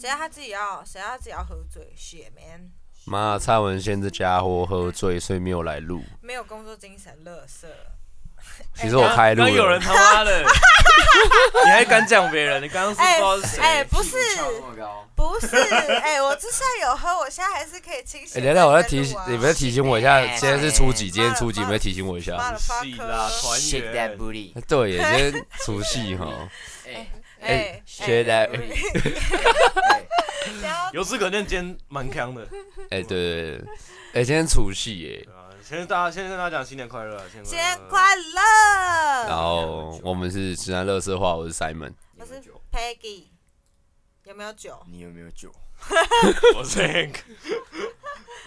谁让他自己要，谁让他自己要喝醉？血 man，妈，蔡文宪这家伙喝醉，所以没有来录。没有工作精神，乐色。其实我开录啊刚刚有人了，他 妈的，你还敢讲别人？你刚刚是不知道是谁？哎不是屁股哦翘这么高不是，哎、我之前有喝，我现在还是可以清哎，醒、等一下我再提醒，你们再提醒我一下，哎今天是初几？今天啊妈的初几？你们再提醒我一妈下哎的。是啦，团 Shake that 圆。 booty！对耶，今天除夕哈，哎哎哎， ，share that，哎，然后有此可见，今天蛮强的。哎，对对对，哎，今天除夕耶，对啊先大家先跟大家讲新年快乐啊，新新年年快然乐！后我们是直男乐色话，我是 Simon，我哎是你有没有酒 Peggy，有没有酒？你有没有酒？乐！我是 Hank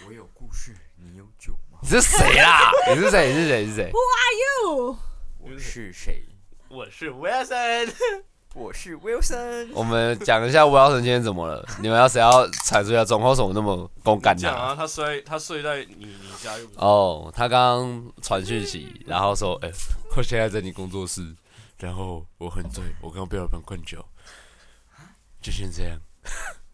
我有故事，你有酒吗？你是谁啦？你是谁？你是谁？你是谁？哟，我是谁？我是 Wilson。我是 Wilson。我们讲一下吴耀成今天怎么了？你们要谁要阐述一下总为什么那么公干讲他？啊，他睡他睡在你你家又不是哦，他刚刚传讯息，然后说：“哎、我现在在你工作室，然后我很醉，我刚被老板灌酒，就先这样。”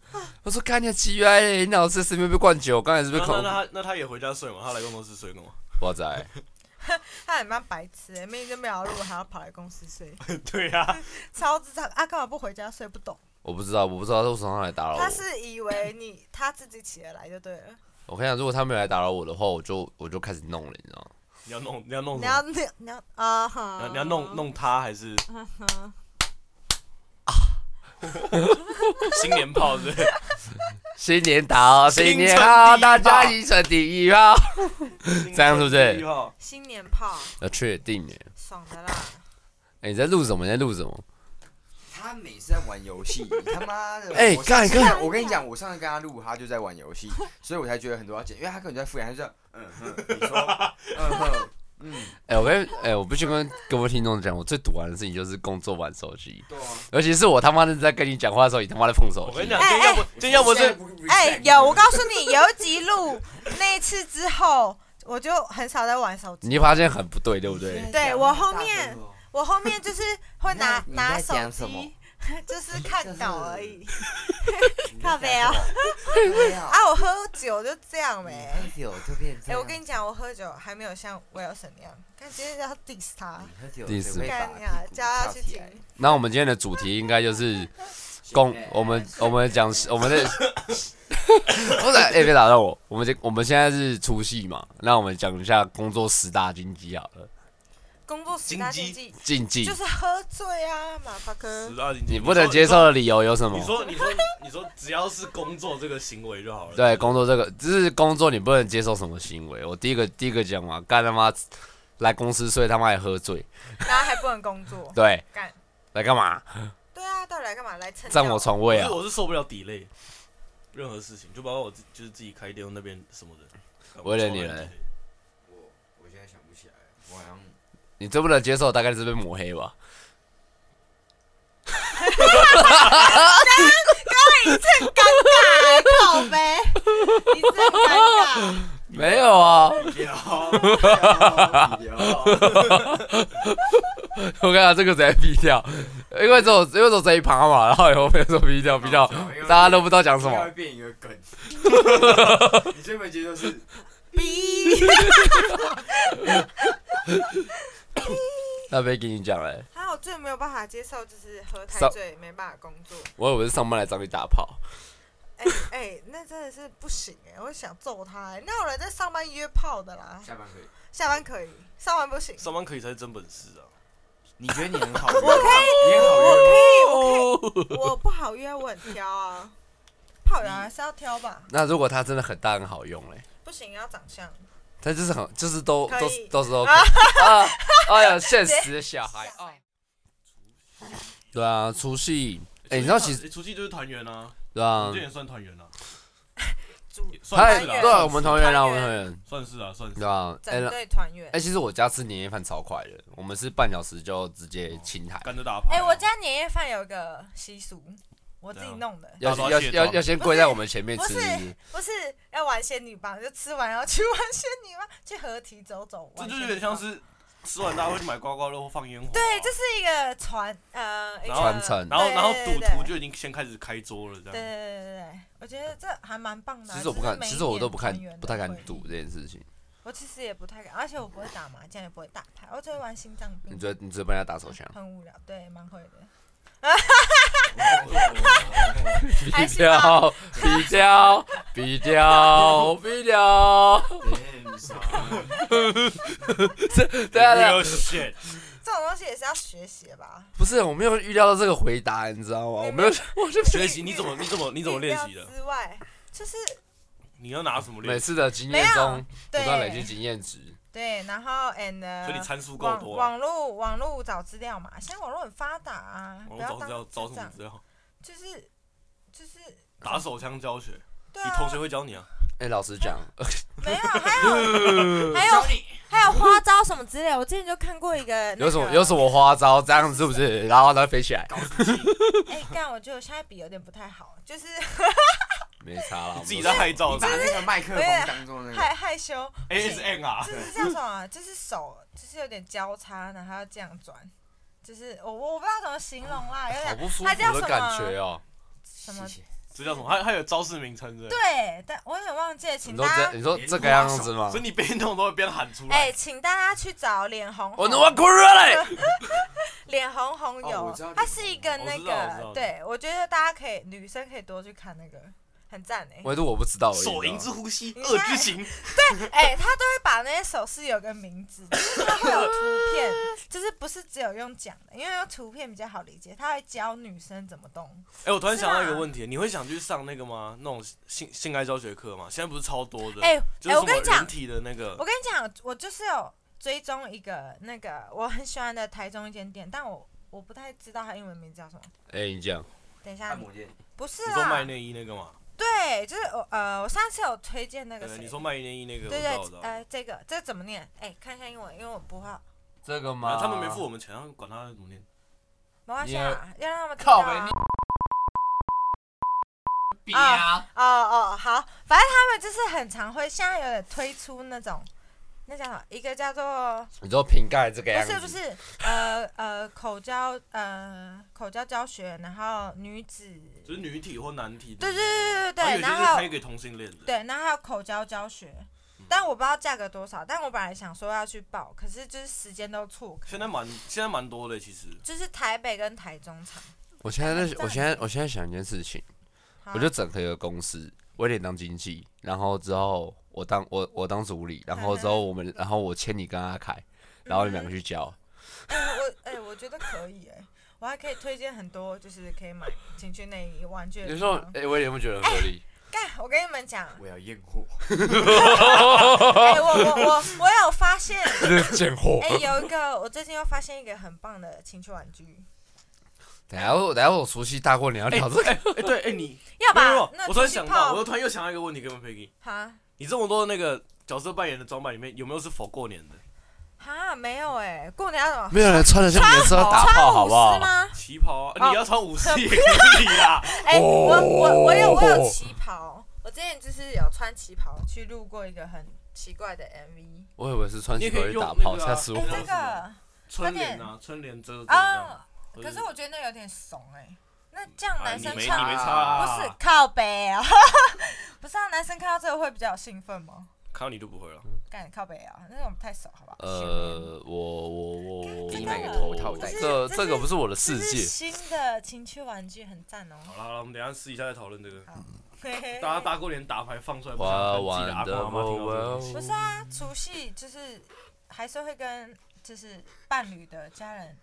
我说：“干你鸡歪嘞！哎你老是随便被灌酒，刚才是被 那恐那那他那他也回家睡嘛？他来办公室睡干嘛？哇塞，他很蛮白痴、哎，明明就没有录，还要跑来公司睡， 对啊呀，超智障啊！干嘛不回家睡？不懂，我不知道，我不知道他为什么要来打扰我他。是以为你他自己起得来就对了。我跟你讲，如果他没有来打扰我的话，我就我就开始弄了，你知道吗？你要弄你要弄你什要么？你要你要啊哈嗯你要你要弄弄他还是新年炮对？新年到，新年好，大家迎春第一炮。 这样是不是第一炮新年炮，要确定耶爽的啦！哎、你在录什么？你在录什么？他每次在玩游戏，你他妈的！哎我上次干干我跟你讲，我上次跟他录，他就在玩游戏，所以我才觉得很多要剪，因为他根本就在敷衍，他就这样，嗯哼，你说，嗯哼，嗯，哎、我跟哎、我必须跟各位听众讲，我最堵玩的事情就是工作玩手机，对啊。尤其是我他妈的在跟你讲话的时候，你他妈在碰手我机跟你。讲，哎今天要不今天要不现在啊是哎、有，我告诉你，有一集录那一次之后，我就很少在玩嗯手机。你会发现很不对，对不对？对我后面我后面就是会拿 你在拿你在手讲什么机， 就是看稿而已。 靠靠北背哦啊！啊，啊，我喝酒就这样呗、你喝酒就变这哎、样。我跟你讲，我喝酒还没有像 Wilson 那样，看直接要 diss 他，你喝酒第谁四会把干啊呀屁，股叫他翘去起听来。那我们今天的主题应该就是公，我们我们讲我们的， 不是哎，别、打断我，我们这我们现在是出戏嘛，那我们讲一下工作十大禁忌好了，工作十大禁金忌禁忌就是喝醉啊，马发哥十。大禁忌你不能接受的理由有什么你？说你说你说你说只要是工作这个行为就好了。对，工作这个，就是工作你不能接受什么行为。我第一个第一个讲嘛，干他妈来公司睡，他妈还喝醉，，然后还不能工作 对，干。来干嘛？对啊，到底来干嘛？来蹭占掉我床不位是啊！我是受不了 delay，任何事情，就包括我自就是自己开店那边什么的。为了你嘞嘞，我我现在想不起来，我好像你最不能接受，大概是被抹黑吧？靠呗，你真尴 尬。没有啊， 我跟你讲，这个直接逼掉，因为只有因为只有这一趴嘛，然后以后被说逼掉逼掉，大家都不知道讲什应该会么。变一个梗。你这本节奏是逼，那别给你讲嘞，还有最没有办法接受就是喝太少醉没办法工作，我以为是上班来找你打炮，哎、哎、那真的是不行哎、我想揍他、哎那有人在上班约炮的啦，下班可以。下班可以，上班不行。上班可以才是真本事啊！你觉得你很好约吗？我可以，你很好约吗。我可以，我可以，我不好约，我很挑啊，炮友还是要挑吧，那如果它真的很大很好用嘞，不行要长相。它就是很就是都可都以都 是 OK 啊！哎呀，现实的小孩啊！对啊，除夕，哎、你知道其实实除夕就是团圆啊，对啊这，也算团圆 啊，组算团是圆对啊，啦我，们团圆啦，团圆我们团圆，算是啊，算是对。啊，哎、整那队团圆哎、。其实我家吃年夜饭超快的，我们是半小时就直接清台，干着打牌。啊哎、我家年夜饭有一个习俗，我自己怎样弄的。要大包要蟹要装要先跪在我们前面吃，不是不是要玩仙女棒，就吃完然后去玩仙女棒，去合体走走。这玩就仙有女点像棒是吃完大家会去买刮刮乐或放烟火啊。对，这是一个传呃一个传承然后然后对赌对对徒就已经先开始开桌了，这对对样。对对对，我觉得这还蛮棒的啊。其实我不就是看，每其一实我都年不看团圆，不的太敢回忆赌这件事情。我其实也不太敢，而且我不会打麻将，也不会打牌，我只会玩心脏病你。觉得你只会帮人家打手 枪？很无聊，对，蛮会的。还比是吧较，比较，比较，比较。对啊，对啊， Real shit，这种东西也是要学习的吧？不是，我没有预料到这个回答，你知道吗？没我没有，我就学习你怎么你怎么你你怎么练 习的？之外，就是你要拿什么每练？次的经验中不对断累积经验值。对，然后 and 呃所以你参数够网多啊。网络网络找资料嘛，现在网络很发达啊，我不要早当知道找智什么障资料？就是就是打手枪教学，对你啊，同学会教你啊。哎，老实讲，没有，还 有还有还有花招什么之类，我之前就看过一个、那个、有什么有什么花招？这样是不是？然后它飞起来，哎，干、我觉得我现在笔有点不太好，就是没差啦。我们自己都在害你臊把子那个麦克风当做嗯那个，害害羞， ，ASN 啊就，是叫什 么？就是手就是有点交叉，然后要这样转，就是我我我不知道怎么形容啦，有好点不舒它叫服的感什么觉哦。什么？这叫什么？还还有招式名称之类的。对，但我有点忘记了，你请说大这，家你说这个样子吗所？以你边弄都会边喊出啊哎、来。请大家去找脸红红我能啊玩酷热 嘞！脸红红哦有我知道，它是一个脸红那红我知道我知个，道对我觉得大家可以女生可以多去看那个，很赞哎、唯独我不知道而已。手淫你知之道吗呼吸，你恶看之情，哎、他都会把那些手势有个名 字，就是他会有图片，就是不是只有用讲的，因为用图片比较好理解。他会教女生怎么动，哎、我突然是想到一个啦问题，你会想去上那个吗？那种性性爱教学课吗？现在不是超多的，哎就是哎什我跟么你讲人体的那个我，跟你讲，我就是有追踪一个那个我很喜欢的台中一间店，但我我不太知道它英文名叫什么。哎，你讲，等一下按，摩店，不是你说卖啦，内衣那个吗？对，就是我呃，我上次有推荐那个对，谁，你说卖内衣那个，对对，我知道，我知道。呃，这个这个怎么念？哎，看一下英文，因为我不会，这个反吗？正啊他们没付我们钱，他们管他怎么念。没关系啊，要让他们知道靠北啊。 逼啊！哦哦，好，反正他们就是很常会，现在有点推出那种，那叫什么？一个叫做你说瓶盖这不个样子，是不是，呃呃，口交呃口交教学，然后女子，就是女体或男体的，对对对对然对，后有些然是后开给同性恋的，对，然后还有口交教学，但我不知道价格多少，但我本来想说要去报，可是就是时间都错开现，在蛮现在蛮多的， 其实就是台北跟台中场，我现在在，赞我现在我现在想一件事情，好我就整合一个公司，我有点当经纪，然后之后我当我我当主理，然后之后我嗯们，然后我签你跟阿凯，然后你们两个去教。哎我哎、我觉得可以哎、我还可以推荐很多，就是可以买情趣内衣、玩具的你地说哦方。，哎，我也不觉得很合理。干，我跟你们讲，我要验货。哎、我我我我有发现， 贱货哎、有一个我最近又发现一个很棒的情趣玩具，等下我等下我除夕大过年要聊这个，哎、对哎、你要没有吧没有？那我突然出去想泡到，我又突然又想到一个问题，跟 Peggy，哈你这么多那个角色扮演的装扮里面，有没有是否过年的？哈没有哎、过年要怎么？没有人穿的像年兽要打炮，好穿舞不狮好？吗？旗袍啊，你哦要穿武士也可以啦。 哎、我我我有我有哦旗袍，我之前就是有穿旗袍去录过一个很奇怪的 MV。我以为是穿你西也可服去以用打那炮，个啊吓死哎、我！这个春联啊，春联遮着这样。啊，或可者是我觉得那有点怂哎、那这样啊男你生没看、你没差啊不是靠北啊， 不是啊，男生看到这个会比较有兴奋吗？看到你就不会了。干靠北啊，那种太少，好吧？呃，我我我我这个我这个头套戴着这这这个不是我的这世是界。新的情趣玩具，很赞哦。好了好了，我们等一下私底下再讨论这个。哎嘿嘿大家大过年打牌放出来，不想哇跟自己的阿玩公阿的妈听到这个东西。不是啊，除夕就是还是会跟就是伴侣的家人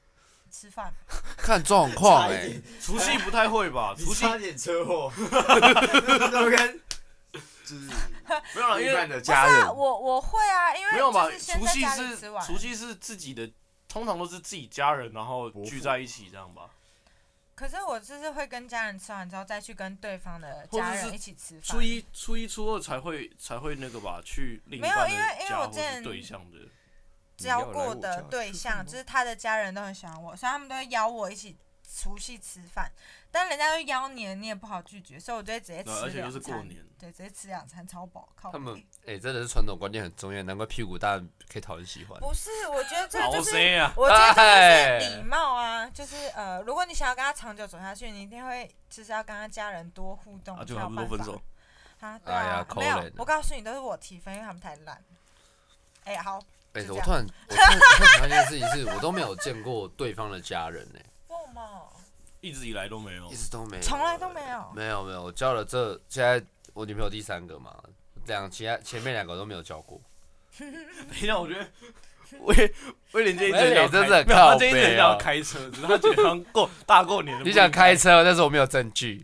吃饭， 看状况哎、除夕不太会吧？除夕点车祸，都跟就是没有啦，因一为半的不是家啊，人，我我会啊，因为没有嘛，就是先除在夕家里吃是完，除夕是自己的，通常都是自己家人，然后聚在一起这样吧。可是我就是会跟家人吃完之后再去跟对方的或者家是人一起吃饭。初一、初一、初二才会才会那个吧，去另一没有半因为的因为我家或之前是对象的。交过的对象，就是他的家人都很喜欢我，所以他们都会邀我一起除夕吃饭，但人家都邀你了，你也不好拒绝，所以我就会直接哎吃对啊而且又两是过餐年，对，直接吃两餐超饱，靠他们北哎、真的是传统观念很重要，难怪屁股大可以讨人喜欢。不是，我觉得这好就是谁啊？我觉得哎这就是礼貌啊，就是呃，如果你想要跟他长久走下去，你一定会就是要跟他家人多互动，啊，才就有还不办是法说分手？啊，对哎呀啊，扣没有人，我告诉你都是我提分，因为他们太烂。哎、呀， 好，哎、就这我样突然我突然我突然想到一件事情是，我都没有见过对方的家人呢、 我嘛，一直以来都没有一。直都没有，从来都没有没有没有，我交了这现在我女朋友第三个嘛，两其他前面两个我都没有交过，等一下，我觉 得威威廉这一直威廉要真开的很没有，他靠这一直北很想哦要开车，只是他觉得好像过大过年的。你想开？车，但是我没有啊证据。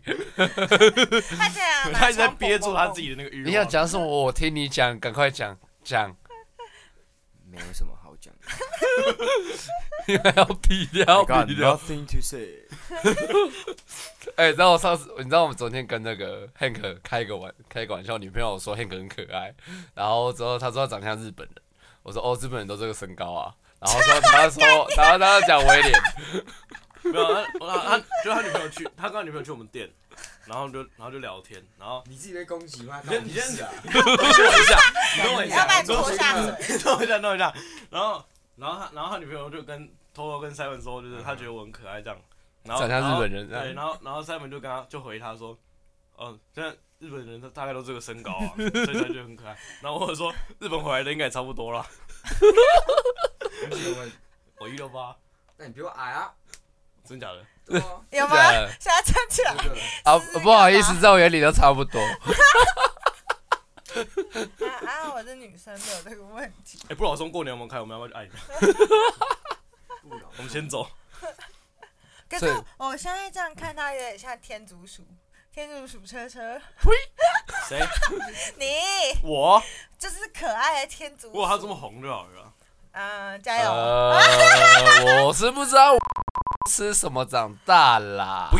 他这样，他一直在憋住他自。己的那个欲望。你想讲什么？我听你讲，赶快讲讲， 没有什么好讲的。你还要逼掉 I got 逼掉。 nothing to say。哎、你知道我上次，你知道我们昨天跟那个 Hank 开一个玩开一个玩笑，女朋友说 Hank 很可爱，然后之后他说他长得像日本人，我说哦，日本人都这个身高啊，然后说他 说，然后他讲威廉，没有，他他他就他女朋友去，他跟他女朋友去我们店，然后就然后就聊天，然 后你自己被攻击吗？你先你先啊！你跟我一要下不，然你跟我拖一下下，水。你跟我一下，你跟我一下。然后然后他然后他女朋友就跟偷偷跟 Simon 说，就是他觉得我很可爱这样，然后长得像日本人，嗯人这对，样，然后然后 Simon 就跟他就回他说，嗯，现在日本人都大概都这个身高 啊，所以他觉得很可爱。然后我说日本回来的应该也差不多了，我一六八，那你比我矮啊？真假的？对啊有吗？对现在站起来，对的啊，是这个不好意吗思，在我眼里都差不多。啊啊！我是女生，没有这个问题。哎，不老松过年我们开，我们要不要去爱你？不老我们先走，可所以是我现在这样看他，有点像天竺鼠，天竺鼠车车。谁？你我，就是可爱的天竺鼠。如果他这么红就好了啊。嗯，加油！呃，我是不知道我吃什么长大啦，不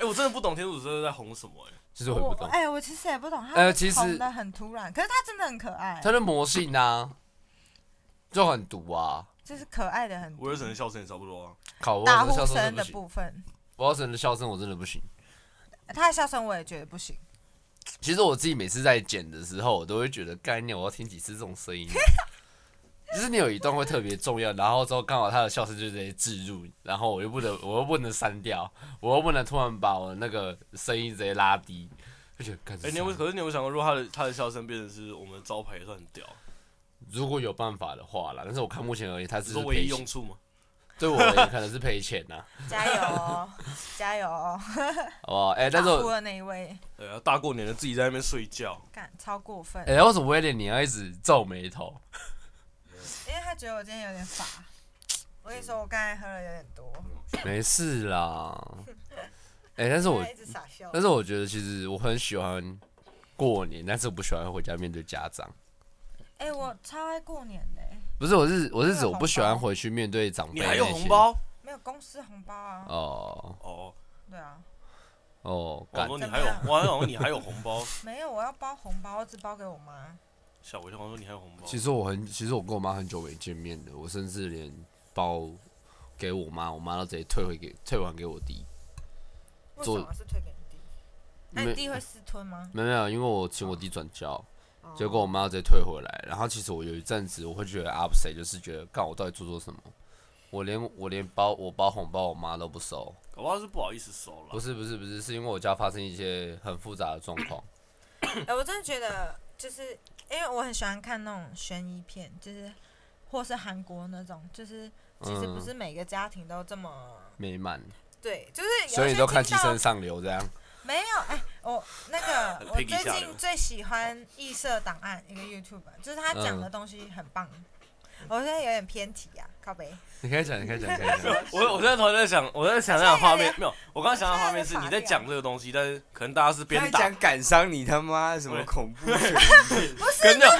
哎、我真的不懂天主车在红什么哎、其实我也不我懂，哎、我其实也不懂，他呃其实红的很突然，可是他真的很可爱，它的魔性啊，就很毒啊。就是可爱的很。我有可能笑声也差不多啊。考我大的呼笑声真声的的不行，部分，我要神的笑声我真的不行。他的笑声我也觉得不行。其实我自己每次在剪的时候，我都会觉得概念我要听几次这种声音。就是你有一段会特别重要，然后之后刚好他的笑声就直接置入，然后我又不能，我又不能删掉，我又不能突然把我那个声音直接拉低，就觉得干。哎、你有没有可是你有没有想过，如果他的他的笑声变成是我们的招牌，也算很屌，如果有办法的话啦，但是我看目前而言，他只只是是唯一赔用钱，处嘛。对我而言可能是赔钱呐、加油哦， 加油哦！好不好？哎、但是哭我，的那一位，对啊，大过年的自己在那边睡觉，干超过分，哎、为什么威廉你要一直皱眉头？因为他觉得我今天有点乏。我跟你说，我刚才喝了有点多，没事啦，哎、但是我他一直傻笑但。是我觉得其实我很喜欢过年，但是我不喜欢回家面对家长。哎、我超爱过年的、欸不是，我是我是那指有我不喜红欢包回去面对长辈。你还有红？包没有公司红包啊。哦哦？对啊，哦，我干说你还有，我还想说你还有红包，没有，我要包红包，我只包给我妈。吓我一跳，我说你还有红包。其实我很，其实我跟我妈很久没见面了，我甚至连包给我妈，我妈都直接退回给退还给我弟。为做什么是退给你弟？那、没你弟会私吞吗？没有没有，因为我请我弟转交，哦结果我妈直接退回来。然后其实我有一阵子我会觉得 upset，就是觉得干我到底做错什么？我连我连包我包红包我妈都不收。搞不好是不好意思收不了。是不是不是，是因为我家发生一些很复杂的状况。哎、我真的觉得，就是因为我很喜欢看那种悬疑片，就是或是韩国那种，就是其实不嗯是每个家庭都这么、美满，对，就是有所以些你都看《寄听到生上流》这样。没有？哎、我那 个我配给最一下近流最喜欢异色档案一个 YouTube，就是他讲的东西很棒。嗯我现在有点偏题啊，靠北。你 可以讲，你可以讲，你可以讲。我我现在突然在想，我在想那个画面，没有，我刚刚想那个画面是现在你在在讲这个东西，但是可能大家是边他打，讲感伤，你他妈什么恐怖？可能就不是很感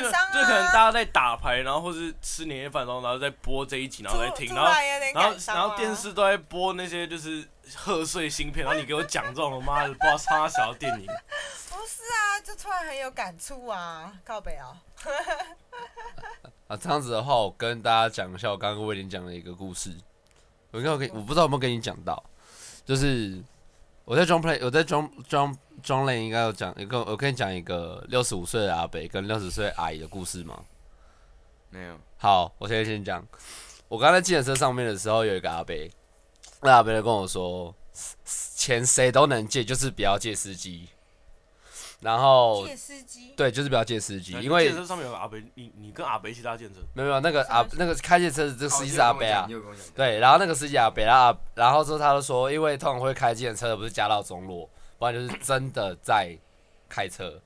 伤啊，就呃可能大家在打牌，然后或是吃年夜饭，然后然后再播这一集，然后再突听，突然后然有点然后感伤、啊、然后电视都在播那些就是贺岁新片，然后你给我讲这种妈的不知道啥小 的电影，哦不是啊，就突然很有感触啊，靠北啊。啊，这样子的话，我跟大家讲一下，我刚刚为你讲了一个故事。我刚我跟我不知道有没有跟你讲到，就是我在 John Play，我在 John John John Lane 应该有讲，有跟我跟你讲一个六十五岁的阿北跟六十岁的阿姨的故事吗？没有，好，我现在先讲。我刚才计程车上面的时候，有一个阿伯，那阿伯就跟我说，钱谁都能借，就是不要借司机。然哦后，借司机，对，就是不要借司机，对因为健身上面有阿北，你你跟阿北一起搭健 身，没有没有那个阿那个开借车的这个司机是阿伯啊你，有跟我讲你有跟我讲，对，然后那个司机阿伯，然后阿然后之后他就说，因为通常会开计程车的不是家道中落，不然就是真的在开车。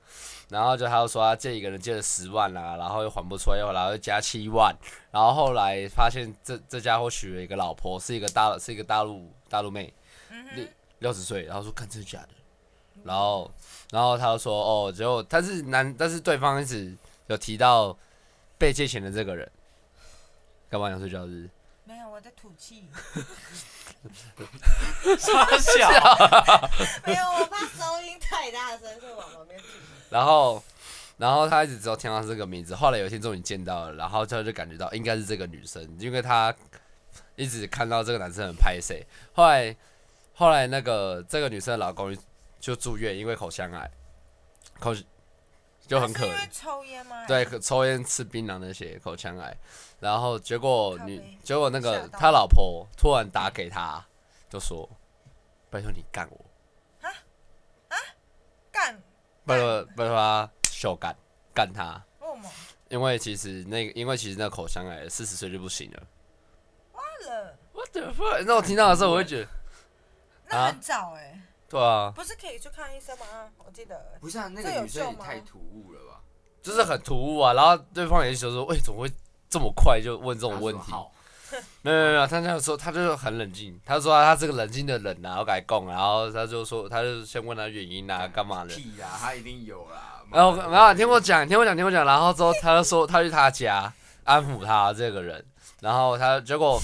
然后就他就说他借一个人借了十万啦、啊然后又还不出来，又然后又加七万，然后后来发现这这家伙娶了一个老婆，是一个大是一个大陆大陆妹，嗯六哼，六十岁，然后说看真的假的，然后然后他就说哦，结果但是男但是对方一直有提到被借钱的这个人，干嘛想睡觉是不是？没有，我在吐气，傻笑，没有，我怕收音太大声，所以往旁边吐。然后，然后他一直只有听到这个名字，后来有一天终于见到了，然后他就感觉到应该是这个女生，因为他一直看到这个男生很拍谁。后来，后来那个这个女生的老公就住院，因为口腔癌，口就很可是因为怜。抽烟吗？对，抽烟、吃槟榔那些口腔癌，然后结果靠女北，结果那个吓到他老婆突然打给他，就说：“拜托你干我，干，拜托拜托他秀干干他。”为什么？因为其实那个，因为其实那口腔癌四十岁就不行了。他了， What the fuck？那我听到的时候，我会觉得，那啊很早哎，对啊，不是可以去看医生吗？我记得不是啊，那这有个女生救也吗太突兀了吧？就是很突兀啊。然后对方也就说，喂、怎么会这么快就问这种问她题说？好没有没有没有，他那时候他就很冷静，他说啊他是个冷静的人啊，我改供，然后他就说，他就先问他原因啊，干嘛的。屁啦，她一定有啦。然后我然后你听我讲，你听我讲，你听我讲，然后之后他就说他去他家安抚他这个人，然后他结果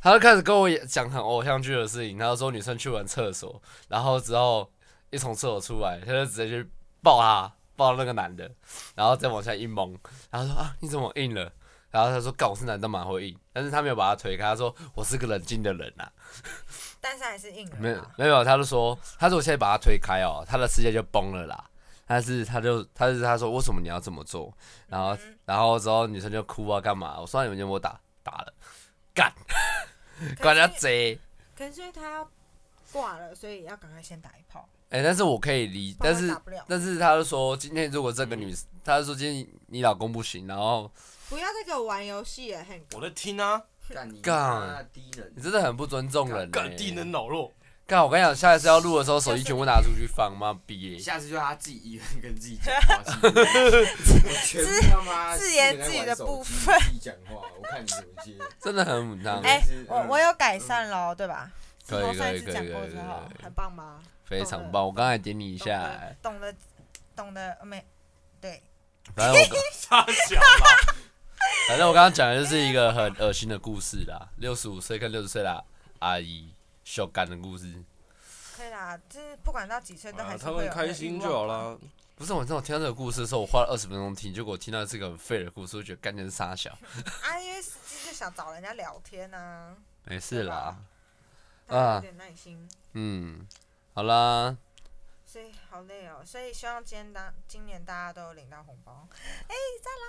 他就开始跟我讲很偶像剧的事情，他就说女生去完厕所，然后之后一从厕所出来，他就直接去抱他，抱那个男的，然后再往下一蒙，然后说啊你怎么硬了？然后他说干我是男的蛮会硬，但是他没有把他推开，他说我是个冷静的人啊，但是还是硬了啦。没有没有，他就说，他说我现在把他推开哦，他的世界就崩了啦。但是他就他就是他说为什么你要这么做？然后嗯然后之后女生就哭啊干嘛？我说你们有没有打打了？干，可是管他贼！可是因为他要挂了，所以要赶快先打一炮。哎、但是我可以理，不然但会是打不了但是他就说今天如果这个女，他就说今天你老公不行，然后不要再给我玩游戏了，很我在听啊，干你干妈低能你，真的很不尊重人、欸。干低能脑弱，干！我跟你讲，下一次要录的时候，手机全部拿出去放，妈逼你欸！下次就让她自己一个人跟自己讲话，是不是我全部他妈自言自语的部分自己讲话，我看你怎么接。真的很母汤，哎、嗯我我有改善喽，对吧？可以自从上一可次以讲可以过可以之后可，以很棒吧？非常棒。我刚才点你一懂下、得欸，懂得，懂得没？对，反正我刚。傻笑啦， 反正我刚刚讲的就是一个很恶心的故事啦，六十五岁跟六十岁的阿姨秀干的故事。可以啦，就是不管到几岁都还啊是他会有们那个开心就好欲望嘛。啦。不是我正我听到这个故事的时候，我花了二十分钟听，结果我听到这个很废的故事，我觉得干件傻小。啊，因为司机就想找人家聊天啊，没事啦，大家啊有点耐心，嗯，好啦，所以好累哦。所以希望今天大今年大家都有领到红包。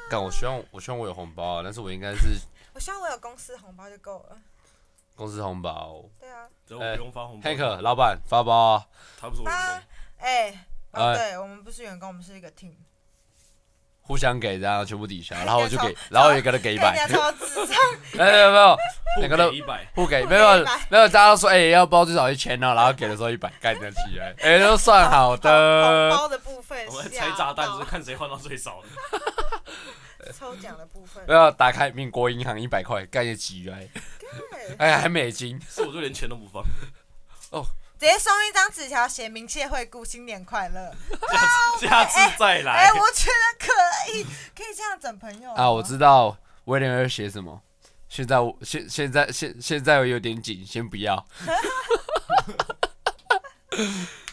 干我希望我希望我有红包啊，但是我应该是我希望我有公司红包就够了。公司红包。对啊，只要我不用发红包，哎 Hank 老板发包啊，他不是我员啊工，，哎、哦，哎对，我们不是员工，我们是一个 team。互相给这样全部抵消，然后我就超给，然后有一个人给一干百，人家超智障， 哎没有没有，每个不都给一百，不给，不没给有一百没有，大家都说哎、要包最少一千哦，然后给的时候一百，干得起来，哎、都算好红的。包的部分，我们在拆炸弹，就是看谁换到 最少的。抽奖的部 分不，要打开民国银行一百块，干些起来，对哎，还美金，是我就连钱都 不放，直接送一张纸条，写明谢惠顾，新年快乐。下次下次再哎、来。我觉得可以，可以这样整朋友啊！我知道威廉会写什么。现在我现现在现现在我有点紧，先不要。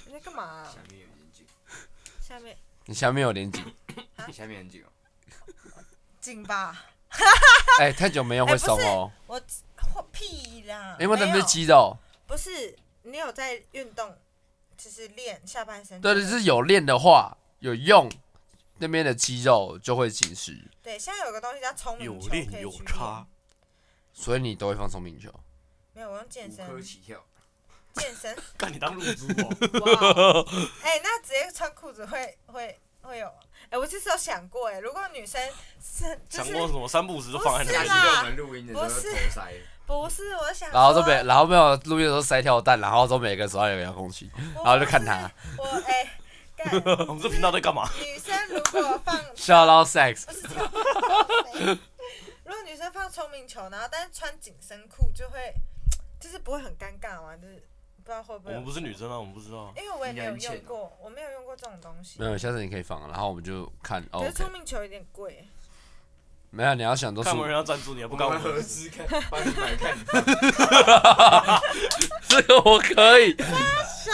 你在干嘛啊、下面有点紧，下面 你下面有点紧，下面很紧哦。紧吧？哎、太久没有会松哦、我嚯屁啦！因为那没哎不是有肌肉，不是你有在运动，就是练下半身。对，就是有练的话有用，那边的肌肉就会紧实，对。现在有个东西叫聪明有球，可练以有去差练。，所以你都会放聪明球。没有，我用健五颗身，起跳，健身。 干你当露珠 哦！ 哇！哎、那直接穿裤子会会会有？哎、我其实有想过、哎，如果女生是就想是过什么三步时就放在不下那是啊里，期啦我们录音的时候不是头塞，不是我想说，然后都没，然后没有录音的时候塞跳蛋，然后都每个手上有遥控器，我，然后就不看是他。我哎，干、 我们这频道在干嘛？女生如果 放 shout out sex，不是跳舞，如果女生放聪明球，然后但是穿紧身裤就会，就是不会很尴尬嘛，就是不知道会不我会有。们不是女生啊，我们不知道。因为我也没有用应该很过，我没有用过这种东西没。有，下次你可以放，然后我们就看。哦可是 OK，聪明球有点贵，没有，你要想都是看没人要赞助你，还不我 干我们们合资看，帮你买看， 这个我可以，我们合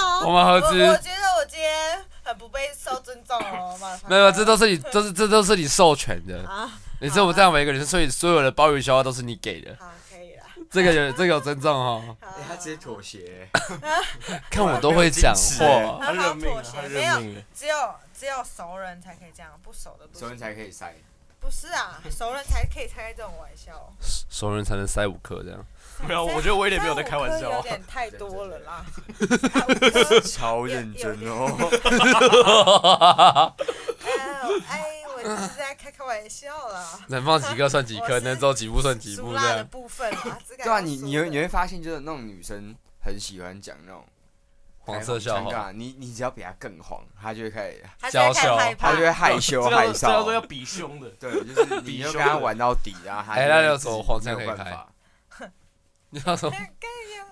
哦我我资。觉得我今天很不被受尊重哦，麻烦没有，这都是你，都是这都是你授权的。啊，你是我们这样每一个人，所以所有的鲍鱼笑话都是你给的。好，可以啦。这个有这个有尊重哦。 好哎，他直接妥协，看我都会讲话，哦他认命了，啊他认命了。只有只有熟人才可以这样，不熟的不所以行。才可以塞。不是啊，熟人才可以开这种玩笑。熟人才能塞五颗 这样。没有，哦我觉得我有点没有在开玩笑有啊。 点太多了啦。超认真哦， 哎，我只是在开开玩笑啦。能放几个算几我颗，是能走几步算几熟步辣这的样。部分啊，只敢对啊，你你会说你会发现，就是那种女生很喜欢讲那种黄色笑尴话，尬，你你只要比她更黄，她就会开始，他现在开始害她怕就。会害羞啊这害叫这叫臊做。要比胸的。对，就是你就跟他玩到底啊！他哎就会那有自什么己黄腔没可有以办开法。你要说干呀！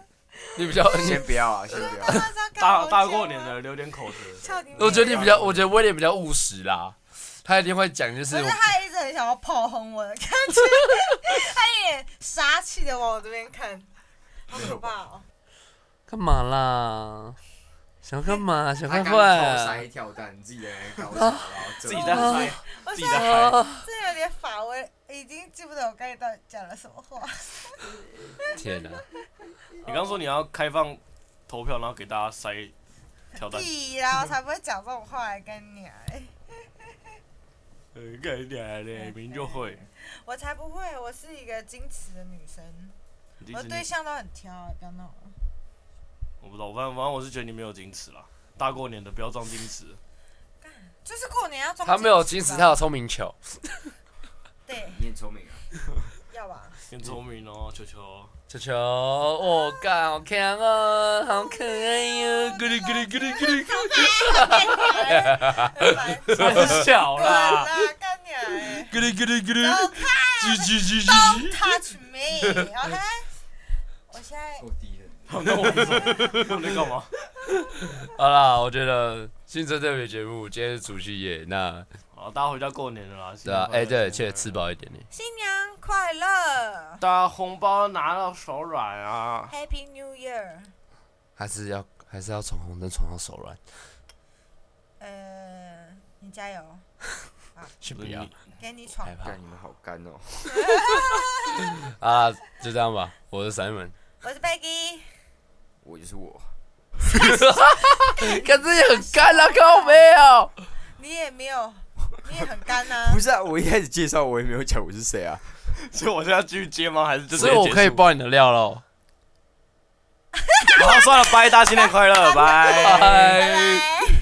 你比较，先不要啊，先不要。啊大大过年的，留点口舌。操你妈！我觉得你比较，我觉得威廉比较务实啦。他一定会讲，就是可是他一直很想要炮轰我的感觉，他一脸杀气的往我这边看，好可怕哦！干嘛啦？想干 嘛？想啊坏他刚刚坏塞？跳蛋，自己在那边搞什么？自自己在嗨，我自己现在在嗨。真的有点法，我已经记不得我刚才到底讲了什么话。天哪！你刚说你要开放投票，然后给大家塞跳蛋。屁啦，我才不会讲这种话来跟你啊！呃，干点嘞，明明就会。我才不会，我是一个矜持的女生，我对象都很挑、不要闹。我不知道，反正反正我是觉得你没有矜持啦。大过年的不要装矜持，就是过年要装他没有矜持，他有聪明球。对，你很聪明啊，要吧？很聪 明哦，球球。球球，我干，好强哦，好可爱哟！咕噜咕噜咕噜咕噜，哎 太小啦，啦，干你哎！咕噜咕噜咕噜， Don't 叽叽叽叽 touch me，OK？我现在够低的。那我不知道在干嘛。叽。好啦，我觉得新春特别节目今天是除夕夜，那好，大家回家过年了啦。对啊，哎对，新记得吃。年快乐饱一点呢。新年快乐大家红包拿到手软啊！ ，Happy New Year。还是要还是要闯红灯闯到手软，呃，你加油，先不要嗯给你闯害。怕干，你们好干哦。啊！就这样吧，我是 Simon，我是 Peggy，我就是我，看自己很干啊了，靠没有？你也没有，你也很干呐、不是啊，我一开始介绍我也没有讲我是谁啊。所以我现在继续接吗？还是就直所接以我结束可以。爆你的料喽。好，算了，拜，大家新年快乐，拜。拜拜拜。